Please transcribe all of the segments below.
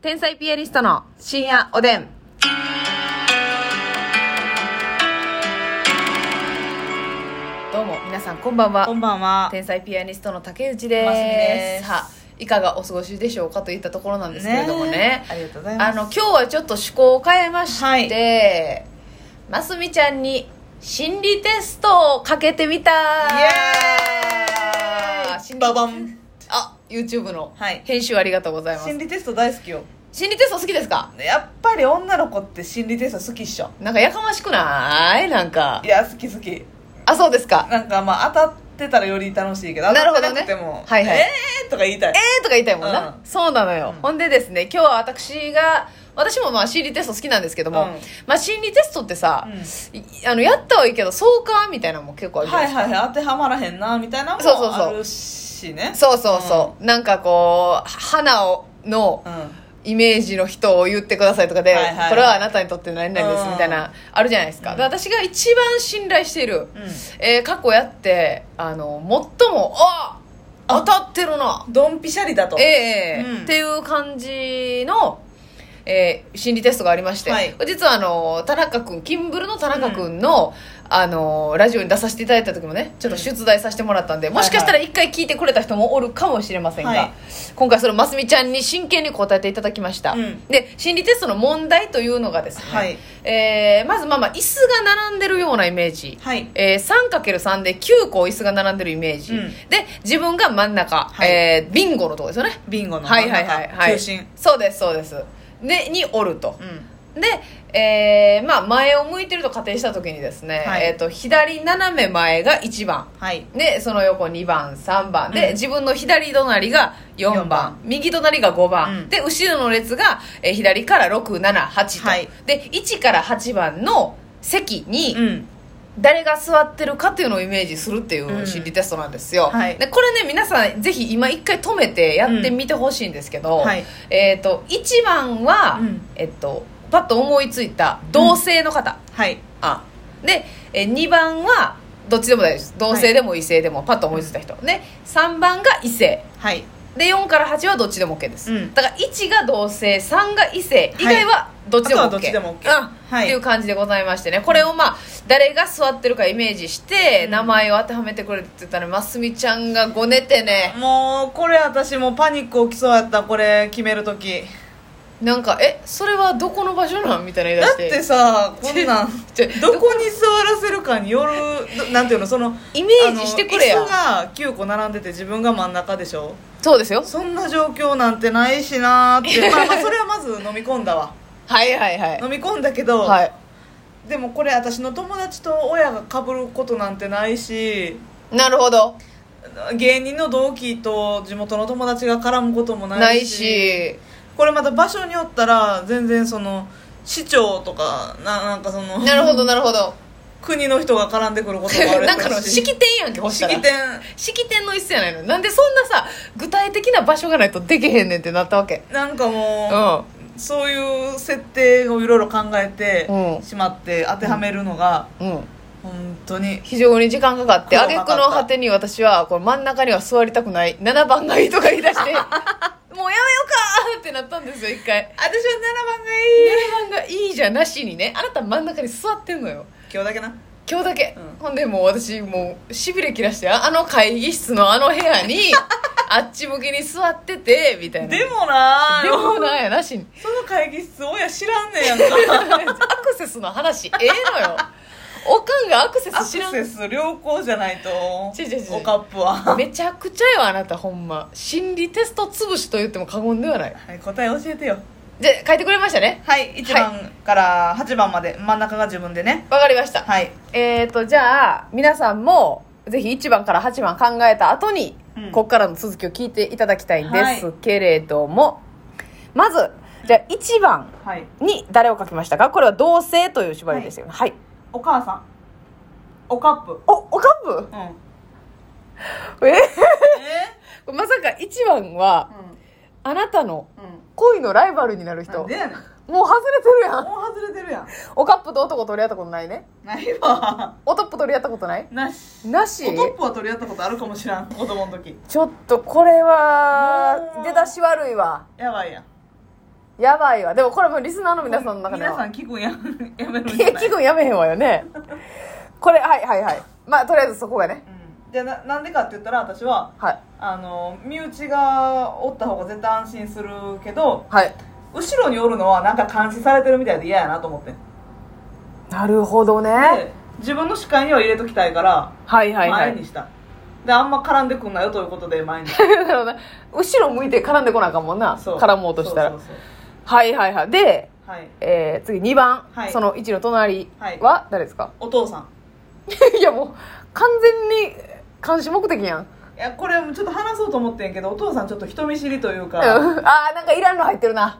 天才ピアニストの深夜おでん。どうも皆さんこんばんはこ。んばんは。天才ピアニストの竹内ますみで。ですすはあいかがお過ごしでしょうかといったところなんですけれどもねえ。ありがとうございあます。の今日はちょっと趣向を変えまして、ますみちゃんに心理テストをかけてみたイエー心理イババン。あ YouTube のはい編集ありがとうございます、心理テスト大好きよ。心理テスト好きですかやっぱり女の子って心理テスト好きっしょ。なんかやかましくないなんかいや、好き好き。あそうですかなんかまあ当たってたらより楽しいけど、当なるほたってどなねくても、はいはいえーとか言いたい。えーとか言いたいもんな、うんそうなのよ、うんほんでですね今日は私が私もまあ心理テスト好きなんですけども、うんまあ心理テストってさ、ういあのやったはいいけどそうかみたいなのも結構あるじゃなはいいですか、はいはい、当てはまらへんな、みたいなのそうそうそうもあるしね。そうそうそう、なんかこう花をのうん。イメージの人を言ってくださいとかで、はいはいはいこれはあなたにとって何々ですうんみたいな、あるじゃないですか、うんで私が一番信頼している、う。えー過去やってあの最もあ当たってるなんドンピシャリだと。ええうんっていう感じの、えー心理テストがありまして、はい実はあの田中君キンブルの田中君の、あのラジオに出させていただいた時もねちょっと出題させてもらったんで、もしかしたら一回聞いてくれた人もおるかもしれませんが、はい今回そのますみちゃんに真剣に答えていただきました、うんで心理テストの問題というのがですね、はいえーまずまあまあ椅子が並んでるようなイメージ、はい。えー、3×3 で9個椅子が並んでるイメージ、うんで自分が真ん中、はいえービンゴのとこですよねビンゴのは真いんはいはい中、はい中心。そうですそうですでにおるとう、ん。で、えーまあ、前を向いてると仮定した時にですね、はいえー、と左斜め前が1番はい。でその横2番3番で、うん自分の左隣が4番四番右隣が5番、うんで後ろの列が、えー左から678と、はいで1から8番の席に、うん。誰が座ってるかっていうのをイメージするっていううん心理テストなんですよ、はいでこれね皆さんぜひ今一回止めてやってみてほしいんですけど、うんはいえっ、と1番は、うんえっとパッと思いついた同性の方、はい。あでえー2番はどっちでも大丈夫です同性でも異性でもパッと思いついた人、で3番が異性はい。で4から8はどっちでも OK です、うんだから1が同性3が異性以外はどっちでもあ OK、とはどっちでも OK うんはいっていう感じでございましてねこれをまあ誰が座ってるかイメージしてうん名前を当てはめてくれって言ったらますみちゃんがごねてねもう、これ私もうパニック起きそうやった、これ決めるとき。なんか「えそれはどこの場所なん?」みたいな言い出だっしててさこんなん ちょどこに座らせるかによる どなんていうのそのイイメージしてくれ椅や子が9個並んでて自分が真ん中でしょそうですよそんな状況なんてないしなーって まあまあそれはまず飲み込んだわはいはいはい飲み込んだけど、はいでもこれ私の友達と親がかぶることなんてないしなるほど芸人の同期と地元の友達が絡むこともないしないしこれまた場所によったら全然その市長とかななんかそのなるほどなるほ ど国の人が絡んでくることもあ るなんかのし式典やんけほしたら式典式典の椅子やないのなんでそんなさ具体的な場所がないとできへんねんってなったわけなんかうもんう、そういう設定をいろいろ考えうてんしまって当てはめるのがうん本当に非常に時間かかって苦労挙かか句ったの果てに私はこれ真ん中には座りたくない7番がいいとか言い出してもうや めようかってなったんですよ一回私は7 7番がいい番がいいじゃなしにねあなた真ん中に座ってんのよ今日だけな今日だけ、うんほんでもう私もうしびれ切らしてああの会議室のあの部屋 にあっち向きに座っててみたいなでもなでもなんやなしにその会議室親知らんねん やんかアクセスの話ええのよおかんがアクセアクス知らんセス良好じゃないと違う違う違うおカップは、めちゃくちゃよあなたほんま心理テスト潰しと言っても過言ではないはい、答え教えてよで書いてくれましたねはい1番から8番まで真ん中が自分でねわかりましたはいえーとじゃあ皆さんもぜひ1番から8番考えた後に、うんここからの続きを聞いていただきたいんですけれども、まずじゃあ1番はいに誰を書きましたかこれは同性という縛りですよねはい、お母さんおカップおおかぶうんええーまさか1番はあなたのうんうん恋のライバルになる人なんでやねんもう外れてるやんもう外れてるやんおカップと男取り合ったことないねないわおトップ取り合ったことないなしなしおトップは取り合ったことあるかもしらん子供の時ちょっとこれはもう出だし悪いわやばいやんやばいわでもこれもリスナーの皆さんの中では皆さん聞くんや やめるんじゃない結局やめへんわよねこれはいはいはいまあとりあえずそこがねうんでななんでかって言ったら私ははいあの身内がおった方が絶対安心するけどはい後ろにおるのはなんか監視されてるみたいで嫌やなと思ってなるほどねで自分の視界には入れときたいからはいはいは前いにした、であんま絡んでくんなよということで 前になるほどね 後ろ向いて絡んでこなあかんもんなそう絡もうとしたらそうそうはいはいはいで、そうはいえー次2番、はいその1の隣はいは誰ですか、お父さん い、やもう完全に監視目的やんいやこれもちょっと話そうと思ってんけどお父さんちょっと人見知りというかうんあーなんかいらんの入ってるな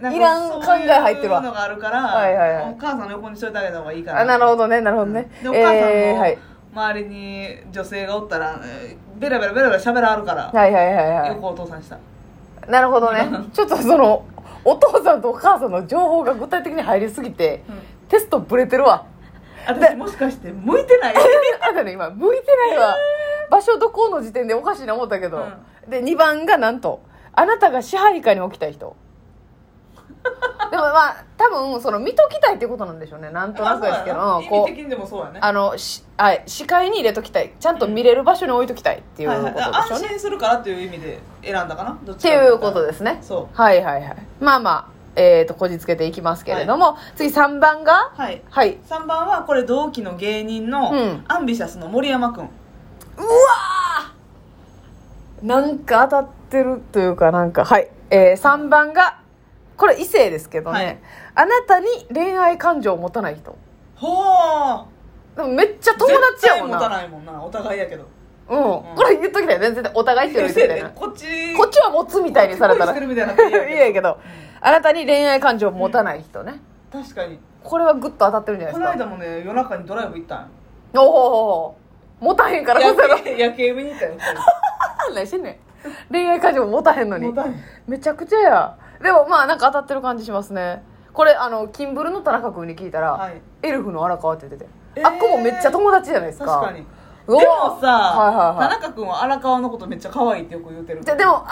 なんかいらんそういう考え入ってるわのがあるから、はいはいはいお母さんの横にしといてあげた方がいいからあなるほどねなるほどね、でお母さんも、えーはい、周りに女性がおったらえーベラベラベラベラ喋らはるから、はいはいはいはいよくお父さんしたなるほどねちょっとそのお父さんとお母さんの情報が具体的に入りすぎて、うんテストブレてるわ私もしかして向いてな いあなたね今向いてないわ場所どこの時点でおかしいな思ったけど、うで2番がなんとあなたが支配下に置きたい 人でもまあ多分その見ときたいってことなんでしょうねなんとなくですけど、まあそうやなこ意味う的にでもそうやねあのしはい視界に入れときたいちゃんと見れる場所に置いときたいっていうはこいとはでいしょうね、安心するからっていう意味で選んだかなどっっちてかい言うことでですねそはいはいはいまあまあえっ、とこじつけていきますけれども、次3番がはいはい3番はこれ同期の芸人の、うんアンビシャスの森山君うわーなんか当たってるというかなんかはい、え3番がこれ異性ですけどね、はいあなたに恋愛感情を持たない人ほうでもめっちゃ友達やもんな絶対持たないもんなお互いやけどうん、うんこれ言っときたいね全然お互いって言うてたいなこっちこっちは持つみたいにされたらこっちい恋してるみたいになって嫌ややいけどあなたに恋愛感情を持たない人ね、 けど確かにこれはグッと当たってるんじゃないこですのか間もね夜中にドライブ行ったんよおお持たへんからこそ夜の景夜景見に行ったよ何してんねん恋愛感情も持たへんのにもたないめちゃくちゃやでもまあなんか当たってる感じしますねこれあのキンブルの田中君に聞いたら、はいエルフの荒川って出てて、えーあっこもめっちゃ友達じゃないですか確かにうでわもさ、はいはいは田中君は荒川のことめっちゃ可愛いってよく言うてるいででも荒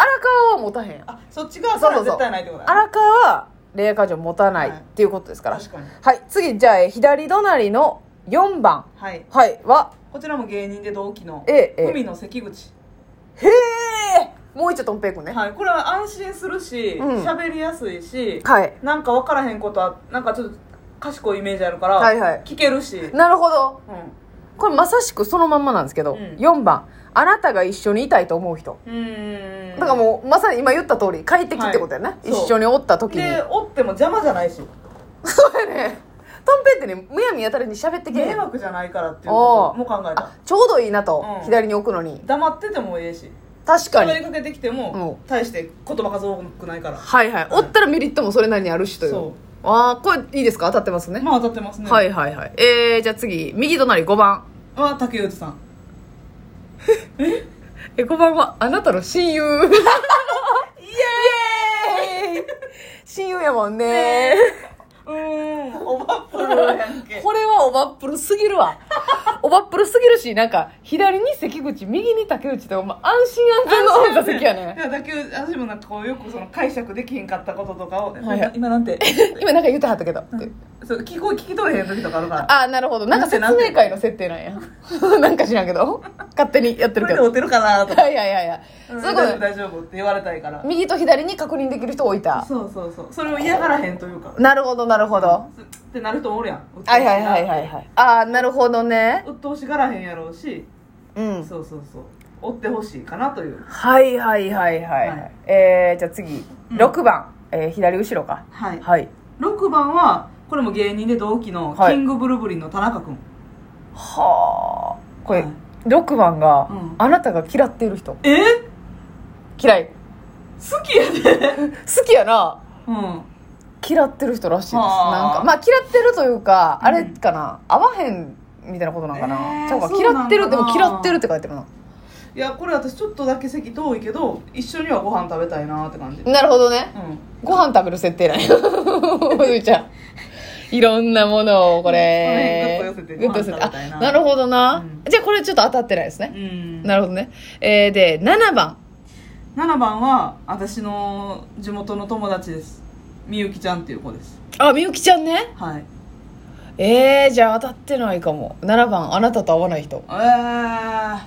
川は持たへんやんあそっち側からそうそうそう絶対ないってことだね荒川は恋愛感情持たないはいっていうことですから確かにはい次じゃあえ左隣の4番はいはいはこちらも芸人で同期のええええ海の関口へえもう一度とんぺいくんねはいこれは安心するしうん喋、りやすいしはいなんか分からへんことはなんかちょっと賢いイメージあるから、はいはい聞けるし、うん、なるほどこれまさしくそのまんまなんですけど、うん4番あなたが一緒にいたいと思う人うんだからもうまさに今言った通り快適ってことやね、はい一緒におった時にでおっても邪魔じゃないし そうやねとんぺんってねむやみやたらに喋ってけえへ迷ん惑じゃないからっていうことも考えたあちょうどいいなと、うん左に置くのに黙っててもええし確かに喋りかけてきてもう大して言葉数多くないからはいはい、おったらメリットもそれなりにあるしというそああこれいいですか当たってますね、まあ当たってますねはいはいはいえー、じゃあ次右隣5番は竹内さんえ5番はあなたの親友イエーイ親友やもんねうーん おばっぷるやんけこれはおばっぷるすぎるわおばっぷるすぎるしなんか左に関口右に竹内ってお前安心安全の座席やいねや竹内私もなんかこうよくその解釈できへんかったこととかを、はいはい今なんて 今なんか言ってはったけど、そう聞こえ聞き取れへん時とかあるからああなるほどなんか説明会の設定なんや なんか知らんけど勝手にやってこるけれでど合ってるかなとかはいはいはいはいうんす大ご丈夫い大丈夫って言われたいから右と左に確認できる人置いたそうそうそうそれを嫌がらへんというかなるほどなるほどはすってなる人もおるやんいはいはいはいはいああなるほどね鬱陶しがらへんやろうしうんそうそうそう追ってほしいかなというはいはいはいはい、はいえー、じゃあ次、うん六6番、えー左後ろかはいはい6番はこれも芸人で同期のはいキングブルブリンの田中君、はあこれ、はい6番が、うんあなたが嫌っている人え嫌い好きやで 好きやなうん嫌ってる人らしいですなんはあかまあ嫌ってるというか、うんあれかな合わへんみたいなことなんかな、えーちゃうかそうな嫌んかなってるでも嫌ってるって書いてるないやこれ私ちょっとだけ席遠いけど一緒にはご飯食べたいなって感じうんなるほどねご飯食べる設定なんやゆいちゃんいろんなものをこれうんこの辺ググッとッと寄寄せせててご飯食べたいなあなるほどな、うんじゃあこれちょっと当たってないですねう、んなるほどね、えー、で7番7番は私の地元の友達ですみゆきちゃんっていう子ですあみゆきちゃんねはいえー、じゃあ当たってないかも7番あなたと会わない人えー、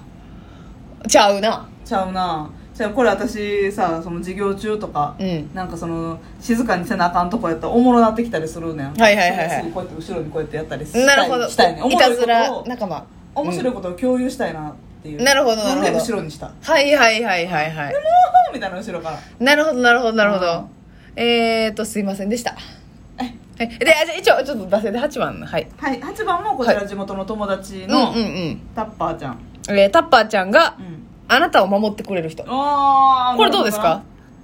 ちゃうなちゃうなじゃあこれ私さその授業中とか、うんなんかその静かにせなあかんとこやったらおもろなってきたりするねんはいはいはいはいすぐこうやって後ろにこうやってやったりしたいなるほどしたいねんおいもろたいこずとらを仲間面白いことを共有したいなっていう、なるほどなるほどんで後ろにしたはいはいはいはいはいおーみたいな後ろからなるほどなるほどなるほど、えーとすいませんでしたはいであじゃあ一応ちょっと出せで8番はいはい8番もこちら地元の友達うんうんうのんタッパーちゃん、えータッパーちゃんがうんあなたを守ってくれる人あーこれどうですか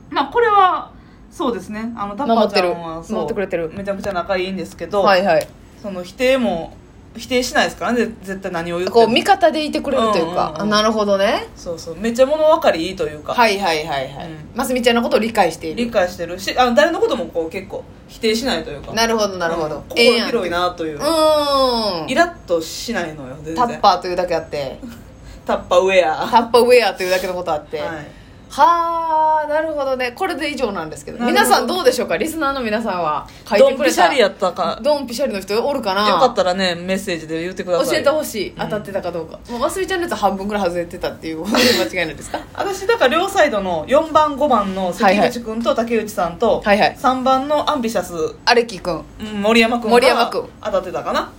まあこれはそうですねあのタッパーちゃん守ってはるそう守ってくれてるめちゃくちゃ仲いいんですけど、はいはいその否定も否定しないですからねぜ絶対何を言ってこうも味方でいてくれるというか、うんうんうんあなるほどねそうそうめっちゃ物分かりいいというか、はいはいはいはい、うんますみちゃんのことを理解している理解してるしあの誰のこともこう結構否定しないというかなるほどなるほうどん、ええ心やん広いなという、うイーんラッとしないのよ全然タッパーというだけあ ってタッパーウェアタッパーウェアというだけのことあってははいあなるほどねこれで以上なんですけどなるほど皆さんどうでしょうかリスナーの皆さんは書いドてくンれピシたャリやったかドンピシャリの人おるかなよかったらねメッセージで言ってくだ教さえいてほしい、当たってたかどうかもうますみちゃんのやつ半分ぐらい外れてたっていうことで間違いないですか私だから両サイドの4番5番の関口君と竹内さんと、はいはい3番の アンビシャス、アレキ君うん森山君が森山君当たってたかな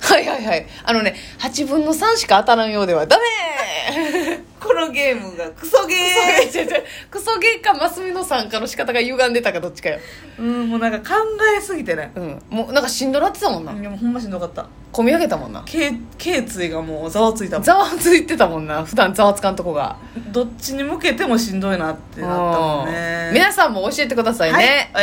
はいはいはいあのね8分の3しか当たらんようではダメ このゲームがクソゲクソゲー違う違うクソゲーかマスミの参加の仕方が歪んでたかどっちかよ、ーうんもうなんか考えすぎてねうん、もうなんかしんどなってたもんな、いやもうほんましんどかった込み上げたもんなけ頸椎がもうざわついたもんざわついてたもんな普段ざわつかんとこがどっちに向けてもしんどいなってなったもんねうん皆さんも教えてくださいね、はい